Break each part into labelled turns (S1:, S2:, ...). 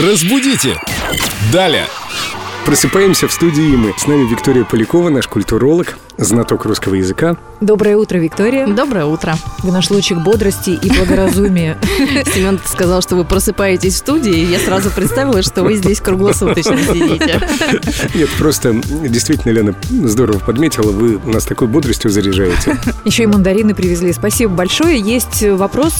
S1: Разбудите! Далее!
S2: Просыпаемся в студии мы. С нами Виктория Полякова, наш культуролог, знаток русского языка.
S3: Доброе утро, Виктория.
S4: Доброе утро.
S3: Вы наш лучик бодрости и благоразумия.
S4: Семен сказал, что вы просыпаетесь в студии, и я сразу представила, что вы здесь круглосуточно сидите.
S2: Нет, просто действительно, Лена здорово подметила, вы нас такой бодростью заряжаете.
S3: Еще и мандарины привезли. Спасибо большое. Есть вопрос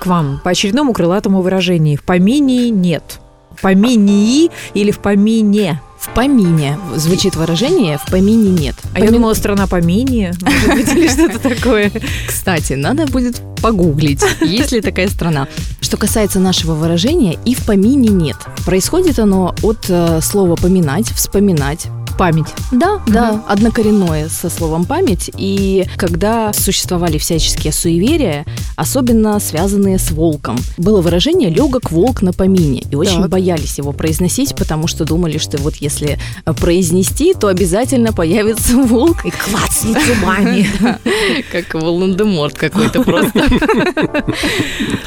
S3: к вам по очередному крылатому выражению. В помине нет. В поминии или в помине?
S4: В помине звучит выражение, в помине нет.
S3: А я думала, страна помине, может быть, или что-то такое.
S4: Кстати, надо будет погуглить, есть ли такая страна. Что касается нашего выражения, и в помине нет. Происходит оно от э, слова поминать, вспоминать.
S3: Память.
S4: Да, да, однокоренное со словом память. И когда существовали всяческие суеверия, особенно связанные с волком, было выражение легок волк на помине. И очень
S3: Так.
S4: боялись его произносить, потому что думали, что вот если э, произнести, то обязательно появится волк. И
S3: Клацнет зубами.
S4: Как Волан-де-Морт какой-то просто.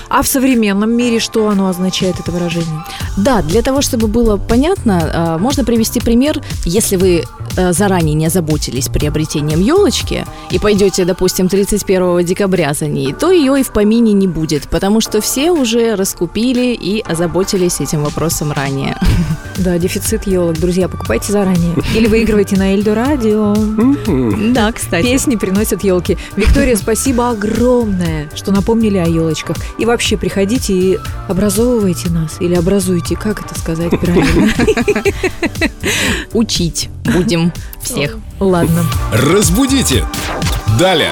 S3: А в современном мире что оно означает, это выражение?
S4: Да, для того, чтобы было понятно, э, можно привести пример. Если вы э, заранее не озаботились приобретением елочки и пойдете, допустим, 31 декабря за ней, то ее и в помине не будет, потому что все уже раскупили и озаботились этим вопросом ранее.
S3: Да, дефицит елок. Друзья, покупайте заранее. Или выигрывайте на Эльдо Радио.
S2: М-м.
S4: Да, кстати.
S3: Песни приносят елки. Виктория, спасибо огромное, что напомнили о елочках. И вообще приходите и образовывайте нас. Или образуйте, как это сказать правильно.
S4: Учить будем всех.
S3: Ладно.
S1: Разбудите! Далее!